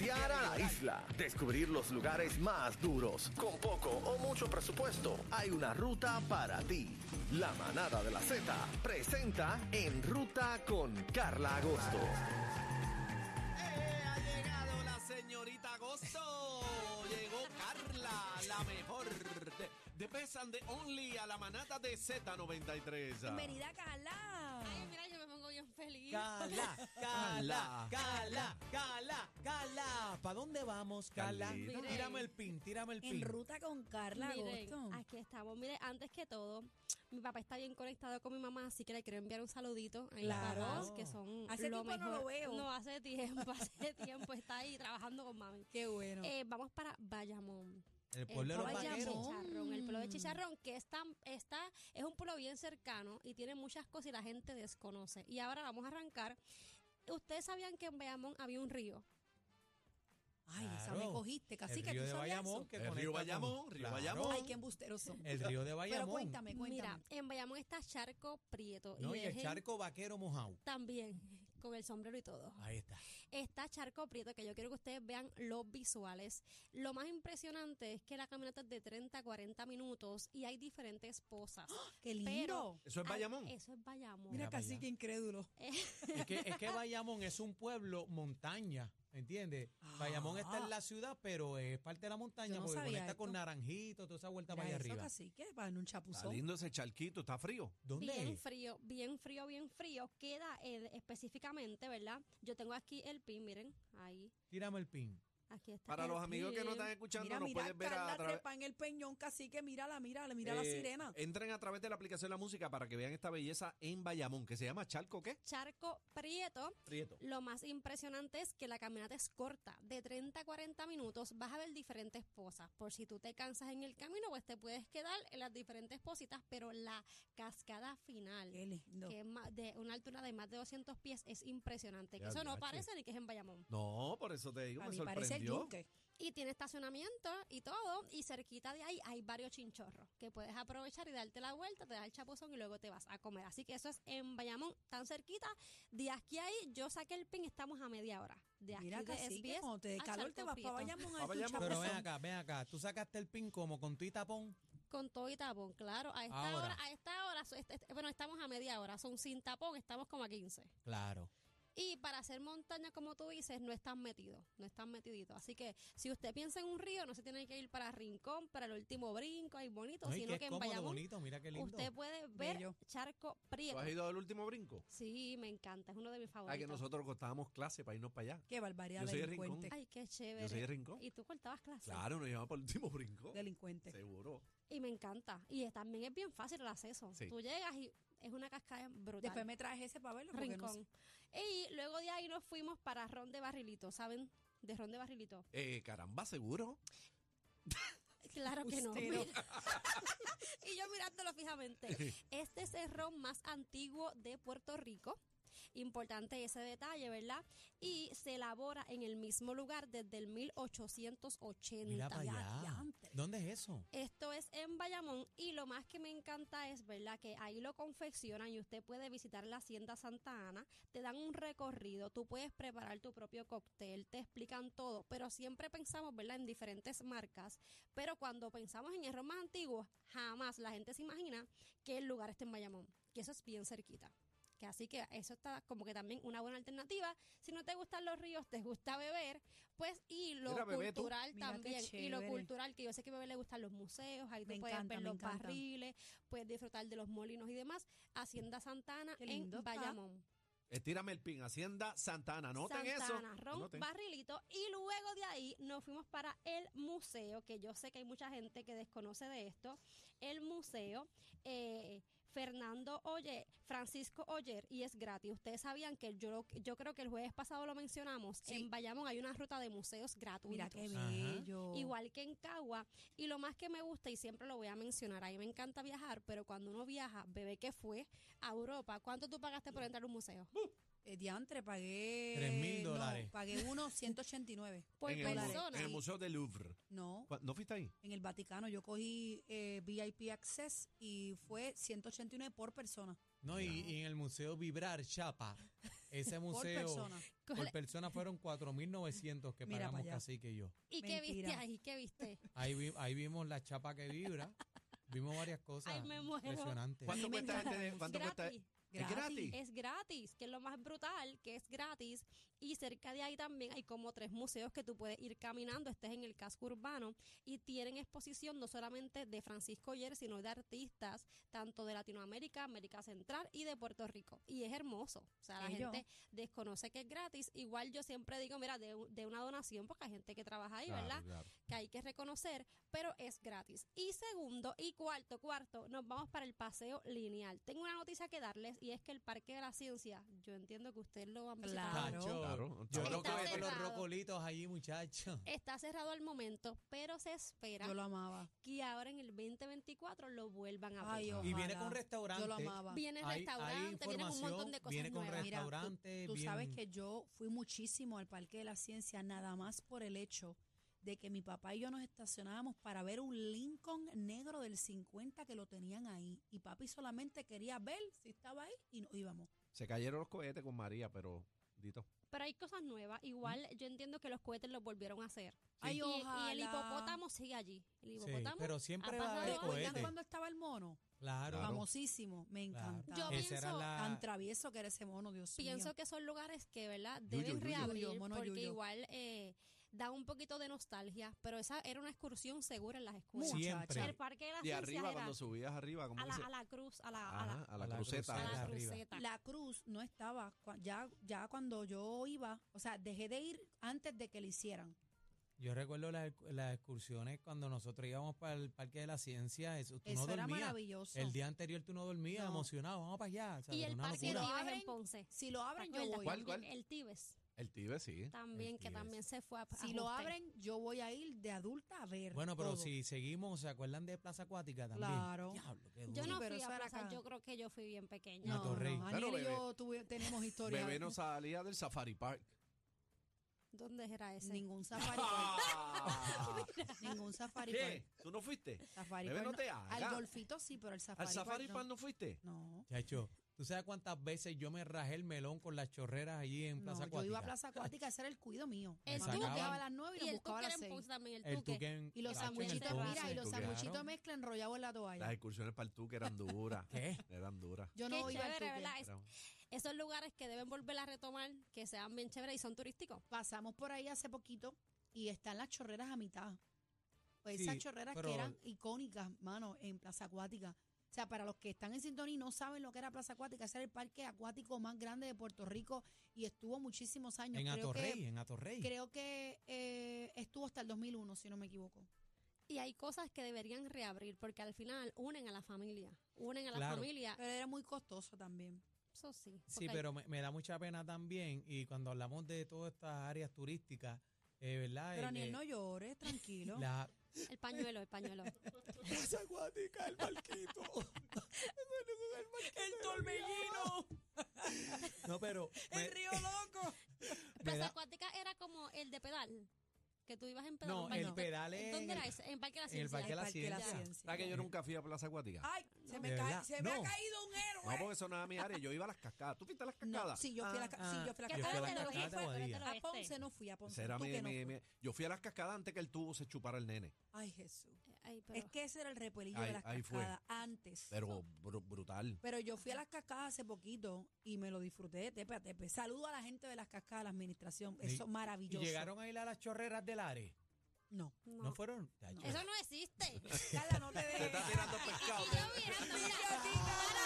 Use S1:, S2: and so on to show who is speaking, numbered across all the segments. S1: Viajar a la isla, descubrir los lugares más duros, con poco o mucho presupuesto, hay una ruta para ti. La manada de la Z presenta En Ruta con Carla Agosto.
S2: ¡Eh! Ha llegado la señorita Agosto. Llegó Carla, la mejor de, de Pesan de Only a la manata de Z93.
S3: Bienvenida, Carla.
S4: Ay, mira, yo me pongo bien feliz.
S5: Cala,
S2: Cala.
S5: cala, cala, cala, cala. ¿Para dónde vamos, cala?
S2: Carlita.
S4: Mire.
S5: Tírame el pin, tírame el
S3: En
S5: pin.
S3: ruta con Carla
S4: Miren,
S3: Agosto.
S4: aquí estamos. Mire, antes que todo, mi papá está bien conectado con mi mamá, así que le quiero enviar un saludito a mis
S3: Claro.
S4: papás, que son
S3: Hace
S4: lo
S3: tiempo no
S4: mejor.
S3: lo veo.
S4: No, hace tiempo, hace tiempo. Está ahí trabajando con mami.
S3: Qué bueno.
S4: Eh, vamos para Bayamón.
S5: El pueblo de los
S4: pueblo de
S5: vaqueros. Mm.
S4: Chicharrón, el pueblo de Chicharrón, que está, está, es un pueblo bien cercano y tiene muchas cosas y la gente desconoce. Y ahora vamos a arrancar. Ustedes sabían que en Bayamón había un río.
S3: Ay, esa
S5: Claro.
S3: me cogiste,
S5: El
S3: cacique,
S5: río
S3: tú
S5: de
S3: sabías
S5: Bayamón.
S3: eso?
S5: que
S2: El río
S5: conecta con-
S2: Bayamón, río
S5: Claro.
S2: Bayamón.
S3: Ay, qué embusteros son.
S5: El río de
S3: Pero
S5: Bayamón.
S3: cuéntame, cuéntame.
S4: Mira, en Bayamón está Charco Prieto.
S5: No, y el
S4: dejen-
S5: charco vaquero mojado.
S4: También, con el sombrero y todo.
S5: Ahí está.
S4: Está Charco Prieto, que yo quiero que ustedes vean los visuales. Lo más impresionante es que la caminata es de 30 a 40 minutos y hay diferentes posas.
S3: ¡Qué lindo!
S4: Pero-
S2: ¿Eso es Bayamón?
S4: Ah, eso es
S3: Mira,
S4: Bayamón.
S5: Mira para
S3: cacique incrédulo.
S5: Es que, es que Bayamón es un pueblo montaña, ¿entiendes? Bayamón está en la ciudad, pero es parte de la montaña
S3: Yo no
S5: porque
S3: sabía
S5: conecta con
S3: esto.
S5: Naranjito, toda esa vuelta
S3: Mira
S5: para allá
S3: eso,
S5: arriba.
S3: cacique, para en un
S2: Está
S3: chapuzón.
S2: lindo ese charquito, está frío.
S5: ¿Dónde
S4: Bien
S5: es?
S4: frío, bien frío, bien frío. Queda eh, específicamente, ¿verdad? Yo tengo aquí el pin, miren, ahí.
S5: Tírame el pin.
S4: Aquí está.
S2: Para
S4: el
S2: los amigos que no están
S4: pin.
S2: escuchando,
S3: Mira,
S2: nos
S3: mira,
S2: pueden ver a
S3: Carla
S2: través.
S3: trepa en el peñón, cacique, mírala, mírala, mira la
S2: eh,
S3: sirena.
S2: Entren a través de la aplicación La Música para que vean esta belleza en Bayamón, que se llama Charco, ¿qué?
S4: Charco Prieto.
S2: Prieto.
S4: Lo más impresionante es que la caminata es corta, de 30 a 40 minutos. Vas a ver diferentes posas, por si tú te cansas en el camino, pues te puedes quedar en las diferentes positas, pero la cascada final,
S3: Qué lindo.
S4: que es ma- de una altura de más de 200 pies, es impresionante. Que
S2: Ya,
S4: eso no
S2: diache.
S4: parece ni que es en Bayamón.
S2: No, por eso te digo,
S3: A
S2: me
S3: mí parece el
S2: sorprendió.
S3: yunque.
S4: Y tiene estacionamiento y todo, y cerquita de ahí hay varios chinchorros que puedes aprovechar y darte la vuelta, te das el chapuzón y luego te vas a comer. Así que eso es en Bayamón, tan cerquita. De aquí a ahí, yo saqué el pin, estamos a media hora. De aquí
S3: Mira,
S4: de
S3: cacique,
S4: SBS
S3: cuando te dé
S4: a
S3: calor te vas
S4: Charco
S3: para
S4: Prieto.
S3: Bayamón
S2: Pa'
S3: a un
S2: Bayamón.
S5: Pero ven
S3: chapuzón.
S5: acá, ven acá. Tú sacaste el pin como con tu y tapón.
S4: Con todo y tapón, claro. A esta
S5: Ahora.
S4: hora, a esta hora, so- este- este- bueno, estamos a media hora, son sin tapón, estamos como a 15.
S5: Claro.
S4: Y para hacer montaña, como tú dices, no están metidos, no están metiditos. Así que si usted piensa en un río, no se tiene que ir para Rincón, para el último brinco, ahí bonito,
S5: No, y
S4: sino
S5: qué
S4: que en
S5: cómodo,
S4: Bayamón
S5: bonito, mira qué lindo.
S4: usted puede ver
S3: Bello.
S4: Charco
S2: ¿Tú
S4: Prieto.
S2: has ido al último brinco?
S4: Sí, me encanta, es uno de mis favoritos.
S2: Ah, que nosotros costábamos clase para irnos para allá.
S3: Qué barbaridad,
S2: Yo soy de Rincón.
S3: delincuente.
S4: Ay, qué chévere.
S2: Yo soy de Rincón.
S4: Y tú cortabas clases.
S2: Claro, nos llevamos para el último brinco.
S3: Delincuente.
S2: Seguro.
S4: Y me encanta. Y es- también es bien fácil el acceso.
S2: Sí.
S4: Tú llegas y es una cascada brutal.
S3: Después me traes ese para verlo. porque no
S4: Rincón. Y luego de ahí nos fuimos para Ron de Barrilito, ¿saben? De Ron de Barrilito.
S2: Eh, caramba, seguro.
S4: Claro que no.
S3: Ustero.
S4: mira. y yo mirándolo fijamente. Este es el ron más antiguo de Puerto Rico. Importante ese detalle, ¿verdad? Y se elabora en el mismo lugar desde el 1880.
S5: Mira para allá.
S3: diantre.
S5: ¿Dónde es eso?
S4: Esto es en Bayamón y lo más que me encanta es, ¿verdad? Que ahí lo confeccionan y usted puede visitar la Hacienda Santa Ana, te dan un recorrido, tú puedes preparar tu propio cóctel, te explican todo, pero siempre pensamos, ¿verdad? En diferentes marcas, pero cuando pensamos en errores más antiguos, jamás la gente se imagina que el lugar está en Bayamón, que eso es bien cerquita. Que así que eso está como que también una buena alternativa. Si no te gustan los ríos, te gusta beber, pues y lo
S2: Mira, bebé, tú.
S4: cultural
S3: Mira qué
S4: también. Y
S3: chévere.
S4: lo cultural cultural, que yo sé que a bebé le gustan los museos, ahí tú
S3: Me
S4: puedes
S3: encanta, me
S4: ver los
S3: encantan.
S4: barriles, puedes disfrutar de los molinos y demás. Hacienda Santana
S3: Qué
S4: en
S3: lindo está.
S4: Bayamón.
S2: Estírame el pin, Hacienda Santana. Anoten
S4: Santana,
S2: eso.
S4: Ron
S2: Anoten.
S4: Barrilito. Y luego de ahí nos fuimos para el museo, que yo sé que hay mucha gente que desconoce de esto. El museo, eh, Fernando Oye, Francisco Oyer, y es gratis. Ustedes sabían que yo, lo- yo creo que el jueves pasado lo mencionamos.
S3: Sí.
S4: En Bayamón hay una ruta de museos gratuitos.
S3: Mira qué
S5: Ajá.
S3: bello.
S4: Igual que en Cagua. Y lo más que me gusta, y siempre lo voy a mencionar, a mí me encanta viajar, pero cuando uno viaja, bebé que fue a Europa, ¿cuánto tú pagaste por entrar a un museo?
S3: Eh, diantre, pagué.
S5: Tres mil
S3: no,
S5: dólares.
S3: pagué unos 189.
S4: Por
S2: en, el, mu-
S4: persona.
S2: en el Museo del Louvre.
S3: No,
S2: ¿Cu- ¿No fuiste ahí?
S3: en el Vaticano yo cogí eh, VIP Access y fue 189 por persona.
S5: No, y, y en el Museo Vibrar Chapa Ese
S3: por
S5: museo por
S3: persona.
S5: persona, fueron 4.900 que
S3: Mira pa'
S5: pagamos
S3: allá.
S5: casi que yo.
S4: ¿Y qué viste
S3: Mentira.
S4: ahí? ¿Qué viste?
S5: Ahí, vi- ahí vimos la chapa que vibra, vimos varias cosas
S4: Ay, me muero.
S5: impresionantes.
S2: ¿Cuánto
S3: me
S2: cuesta
S3: encanta
S2: gente
S3: la
S2: de- ¿Cuánto cuesta?
S4: Gratis.
S2: ¿Es gratis?
S4: Es gratis, que es lo más brutal, que es gratis. Y cerca de ahí también hay como tres museos que tú puedes ir caminando, estés en el casco urbano, y tienen exposición no solamente de Francisco Yer, sino de artistas, tanto de Latinoamérica, América Central y de Puerto Rico. Y es hermoso. O sea, la
S3: Bello.
S4: gente desconoce que es gratis. Igual yo siempre digo, mira, de, un- de una donación, porque hay gente que trabaja ahí, ¿verdad? que hay que reconocer, pero es gratis. Y segundo y cuarto, cuarto, nos vamos para el paseo lineal. Tengo una noticia que darles y es que el Parque de la Ciencia, yo entiendo que ustedes lo han visitado.
S3: Claro.
S5: Tacho,
S2: Claro,
S5: Yo
S2: está
S5: lo que veo con los
S4: cerrado.
S5: rocolitos allí, muchachos.
S4: Está cerrado al momento, pero se espera
S3: Yo lo amaba.
S4: que ahora en el 2024 lo vuelvan a
S3: Ay,
S4: abrir.
S5: Y viene
S3: ojalá.
S5: con restaurante.
S3: Yo lo amaba.
S4: Viene
S5: Hay- hay
S4: restaurante, viene un montón
S5: información,
S4: de cosas
S5: Viene con
S4: nuevas.
S3: Mira, tú-
S5: restaurante.
S3: Tú sabes
S5: bien-
S3: que yo fui muchísimo al Parque de la Ciencia nada más por el hecho de que mi papá y yo nos estacionábamos para ver un Lincoln negro del 50 que lo tenían ahí. Y papi solamente quería ver si estaba ahí y no íbamos.
S6: Se cayeron los cohetes con María, pero Dito.
S4: Pero hay cosas nuevas. Igual yo entiendo que los cohetes los volvieron a hacer.
S3: Ay,
S4: y, y el
S3: ojalá.
S4: hipopótamo sigue allí. El
S5: Sí,
S4: hipopótamo.
S5: pero siempre
S4: ha
S5: va a haber
S4: pasado algo.
S3: ¿Recuerdan
S5: cohetes.
S3: cuando estaba el mono?
S5: Claro.
S6: Claro.
S3: Famosísimo. Me
S5: claro.
S3: encanta.
S4: Yo
S5: Esa era
S4: pienso-
S5: la-
S3: Tan travieso que era ese mono, Dios
S4: pienso
S3: mío.
S4: que son lugares que, ¿verdad? Deben
S6: yuyo.
S4: reabrir
S3: Yuyo, mono
S4: porque
S3: yuyo.
S4: igual eh, da un poquito de nostalgia, pero esa era una excursión segura en las escuelas.
S5: Siempre.
S3: Muchacha.
S4: El parque de las
S6: Y
S4: ciencias
S6: arriba,
S4: era
S6: cuando subías arriba, como
S4: a la,
S6: dice.
S4: a la cruz, a la, a la-
S6: Ajá, a la,
S5: a la
S6: cruceta.
S4: a la
S5: arriba.
S4: cruceta.
S3: La cruz no estaba, cua- ya, ya cuando yo iba, o sea, dejé de ir antes de que le hicieran.
S5: Yo recuerdo las, las excursiones cuando nosotros íbamos para el Parque de la Ciencia. Eso, tú
S3: Eso
S5: no
S3: era
S5: dormías.
S3: maravilloso.
S5: El día anterior tú no dormías,
S3: No.
S5: emocionado. Vamos para allá. ¿sabes?
S4: y el
S5: Una
S4: parque
S5: locura.
S3: ¿Lo
S4: Tibes en
S3: abren?
S4: Ponce. ¿te
S3: Si lo abren, yo
S4: acuerdas?
S3: voy.
S6: ¿Cuál,
S4: También
S6: cuál?
S4: El Tibes
S6: El Tibe, sí.
S4: también, que
S5: Tibes.
S4: también se fue a
S3: Si lo
S4: ajuste.
S3: abren, yo voy a ir de adulta a ver.
S5: Bueno, pero
S3: todo.
S5: si seguimos, ¿se acuerdan de Plaza Acuática también?
S3: Claro.
S5: Diablo,
S4: Yo
S5: qué duro.
S3: Sí,
S4: no
S3: pero
S4: fui a
S3: eso era
S4: plaza,
S3: acá.
S4: yo creo que yo fui bien pequeña.
S3: No,
S5: Torrey.
S3: no,
S6: Claro,
S3: Aniel y
S6: bebé.
S3: yo tuve- tenemos historia.
S6: Bebé no salía del Safari Park.
S4: ¿Dónde era ese?
S3: Ningún safari
S2: Ah.
S3: park. Ningún safari
S6: ¿Qué?
S3: park.
S6: ¿Tú no fuiste?
S3: Safari
S6: Bebé,
S3: park
S6: no
S3: no.
S6: te
S3: Al
S6: hagas.
S3: golfito sí, pero al safari,
S6: Al Safari
S3: park,
S6: Park no fuiste.
S3: no. No.
S5: Chacho, ¿tú sabes cuántas veces yo me rajé el melón con las chorreras allí en
S3: No,
S5: Plaza
S3: yo
S5: Acuática?
S3: iba a Plaza Acuática, ese era el cuido mío.
S4: El
S3: Mami
S4: tuque.
S3: nos quedaba a las 9 y
S4: Y
S3: nos
S4: el
S3: buscaba a las
S4: tuque era en
S3: 6.
S4: Ponce también, el
S5: El
S4: tuque.
S5: Tuquén.
S3: Y los
S5: Chacho, en el
S3: sandwichitos,
S5: Ponce.
S3: mira, y los
S6: Tuque,
S3: sandwichitos
S5: Claro.
S3: mezcla enrollado en la
S6: Las
S3: toalla.
S6: excursiones para el Tuque eran duras.
S5: ¿Qué?
S6: Eran duras.
S3: Yo
S4: Qué
S3: no iba al
S4: chévere,
S3: tuque.
S4: ¿verdad? Es-
S6: Eran-
S4: esos lugares que deben volver a retomar, que sean bien chéveres y son turísticos.
S3: Pasamos por ahí hace poquito y están las chorreras a mitad. Pues esas
S5: Sí,
S3: chorreras
S5: pero-
S3: que eran icónicas, mano, en Plaza Acuática. O sea, para los que están en sintonía y no saben lo que era Plaza Acuática, ese era el parque acuático más grande de Puerto Rico y estuvo muchísimos años.
S5: En
S3: creo
S5: Atorrey,
S3: que,
S5: en Atorrey.
S3: creo que eh, estuvo hasta el 2001, si no me equivoco.
S4: Y hay cosas que deberían reabrir porque al final unen a la familia. Unen a la
S5: Claro.
S4: familia.
S3: Pero era muy costoso también.
S4: Eso sí.
S5: Sí,
S4: porque
S5: pero me, me da mucha pena también. Y cuando hablamos de todas estas áreas turísticas, eh, ¿verdad?
S3: Pero
S5: El,
S3: Aniel,
S5: eh,
S3: no llores, tranquilo.
S5: la
S4: El pañuelo, el pañuelo.
S5: Plaza Acuática, el barquito.
S3: ¡El torbellino!
S5: no, pero. me-
S3: río loco!
S5: me
S4: Plaza
S5: da-
S4: Acuática era como el de pedal. Que tú ibas en pedal.
S5: no,
S4: un
S5: el
S4: bañito.
S5: pedal es. en
S4: ¿Dónde
S5: el-
S4: era ese? En Parque de la
S5: en el
S4: Ciencia.
S5: Parque de la
S3: Parque de la
S5: Ciencia.
S3: Ciencia.
S2: Ah,
S6: ¿Sabes que yo nunca fui a Plaza Acuática?
S3: ¡Ay! Se, me,
S5: ¿De
S3: ca-
S5: verdad?
S3: se me
S5: No.
S3: ha caído un héroe.
S6: No, porque eso no era mi área. Yo iba a las cascadas. ¿Tú fuiste a las
S3: No,
S6: cascadas?
S3: sí, yo fui a la, ca- sí, yo fui a la
S5: yo fui a
S3: cascada,
S5: la
S3: pero yo
S5: cascada
S3: fui-
S5: de Guadilla.
S4: Pero
S3: A
S4: este.
S3: Ponce no fui, a Ponce.
S6: Ese era
S3: ¿Tú
S6: mi-
S3: que no
S6: mi-
S3: fui?
S6: mi- Yo fui a las cascadas antes que el tubo se chupara el nene.
S3: Ay, Jesús.
S4: Ay, pero
S3: Es que ese era el repelillo
S6: Ahí-
S3: de las
S6: ahí fue.
S3: cascadas antes.
S6: Pero bru- brutal.
S3: Pero yo fui a las cascadas hace poquito y me lo disfruté de tepe a tepe. Saludo a la gente de las cascadas, la administración.
S5: Sí.
S3: Eso es maravilloso.
S5: Llegaron a ir a las chorreras del Are.
S3: No.
S4: no.
S5: No, fueron. Chacho.
S4: Eso no existe.
S3: Carla, no te
S6: Te está
S3: dejes.
S6: tirando pescado.
S4: Y yo mirando, mira,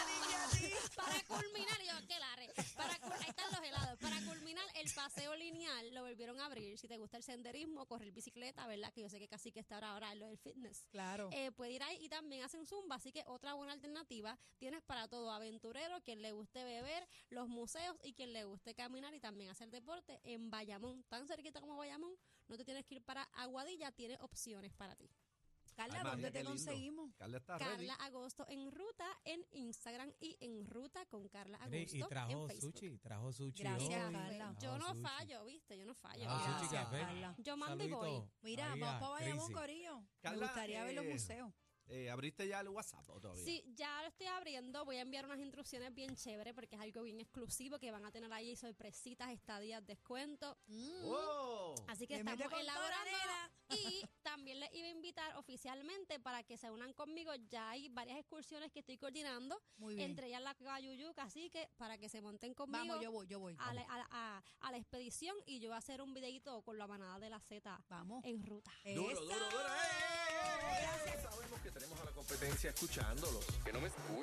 S4: para, para culminar, y yo, qué larre, para, cul- ahí están los helados, para culminar el paseo lineal, lo volvieron a abrir, si te gusta el senderismo, correr bicicleta, ¿verdad? Que yo sé que casi que está ahora, ahora en lo del fitness.
S3: Claro.
S4: Eh, puede ir ahí y también hacen zumba, así que otra buena alternativa tienes para todo aventurero, quien le guste beber, los museos y quien le guste caminar y también hacer deporte en Bayamón, tan cerquita como Bayamón, no te tienes que ir para Aguadilla, tienes opciones para ti.
S3: Carla,
S6: Ay,
S3: ¿dónde
S6: María,
S3: te
S6: qué lindo.
S3: conseguimos?
S6: Carla está ready.
S4: Carla Agosto en ruta en Instagram y en ruta con Carla Agosto.
S5: Mire, y
S4: en
S5: trajo
S4: Facebook.
S5: sushi, trajo sushi.
S3: Gracias,
S5: hoy,
S4: Mira,
S3: Carla.
S5: trajo
S4: Yo no
S5: sushi.
S4: fallo, ¿viste? Yo no fallo.
S5: Trajo
S3: Gracias,
S5: sushi café.
S3: Carla.
S4: Yo mando y voy.
S5: Saludito
S3: Mira,
S5: ahí
S3: vamos
S5: a
S3: para Bayamón,
S5: Crazy.
S3: Corillo. Me
S6: Carla,
S3: gustaría ver los
S6: eh,
S3: museos.
S6: Eh, ¿Abriste ya el WhatsApp o todavía?
S4: Sí, ya lo estoy abriendo. Voy a enviar unas instrucciones bien chéveres porque es algo bien exclusivo que van a tener ahí sorpresitas, estadías, descuento.
S6: Mm. ¡Wow!
S4: Así que
S3: Le mete Oh. con
S4: estamos
S3: toda,
S4: elaborando.
S3: nena.
S4: Y también les iba a invitar oficialmente para que se unan conmigo. Ya hay varias excursiones que estoy coordinando,
S3: Muy bien.
S4: entre ellas la Guayuyuca, así que para que se monten conmigo.
S3: Vamos, yo voy, yo voy.
S4: a la, a la- a- a la expedición y yo voy a hacer un videito con la manada de la Z
S3: Vamos.
S4: en ruta.
S6: Duro,
S3: Esa.
S6: duro, duro. ¡Eh, eh, eh, eh!
S1: Sabemos que tenemos a la competencia escuchándolos. Que no me escuchen.